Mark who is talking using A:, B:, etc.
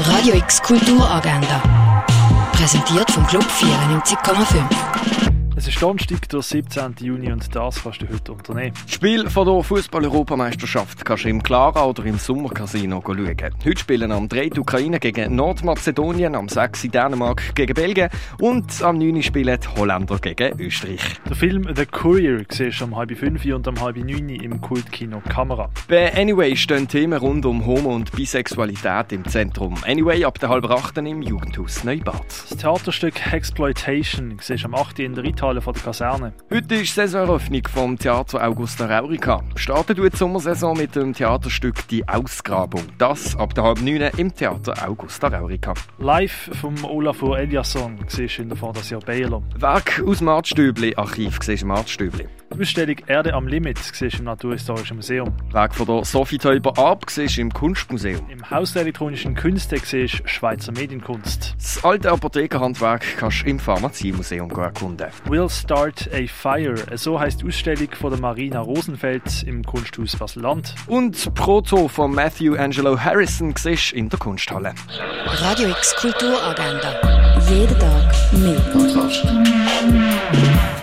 A: Radio X Kulturagenda. Präsentiert vom Club 94,5.
B: Es ist Donnerstag, der 17. Juni und das kannst du heute unternehmen.
C: Das Spiel von der Fußball-Europameisterschaft kannst du im Clara oder im Sommercasino schauen. Heute spielen am 3. die Ukraine gegen Nordmazedonien, am 6. Dänemark gegen Belgien und am 9. spielen die Holländer gegen Österreich.
B: Der Film «The Courier» siehst du um halb fünf und um halb neun im Kultkino «Kamera».
C: Bei Äh, «Anyway» stehen Themen rund um Homo- und Bisexualität im Zentrum. «Anyway» ab der halb achten im Jugendhaus Neubad.
B: Das Theaterstück «Exploitation» siehst du am 8. in der Rital
C: Heute ist Saisoneröffnung vom Theater Augusta Raurica. Startet die Sommersaison mit dem Theaterstück Die Ausgrabung. Das ab der halb neun im Theater Augusta Raurica.
B: Live vom Olafur Eliasson siehst du in der Fantasia Baylor.
C: Werk aus Martstöbli, Archiv siehst du Martstöbli.
B: Die Ausstellung Erde am Limit siehst du im Naturhistorischen Museum.
C: Weg von der Sophie Teuber ab siehst du im Kunstmuseum.
B: Im Haus der elektronischen Künste siehst du Schweizer Medienkunst.
C: Das alte Apothekerhandwerk kannst du im Pharmaziemuseum erkunden.
B: We'll Start a Fire, so heißt die Ausstellung von der Marina Rosenfeld im Kunsthaus Basel-Land.
C: Und Proto von Matthew Angelo Harrison siehst du in der Kunsthalle.
A: Radio X Kulturagenda. Jeden Tag mehr.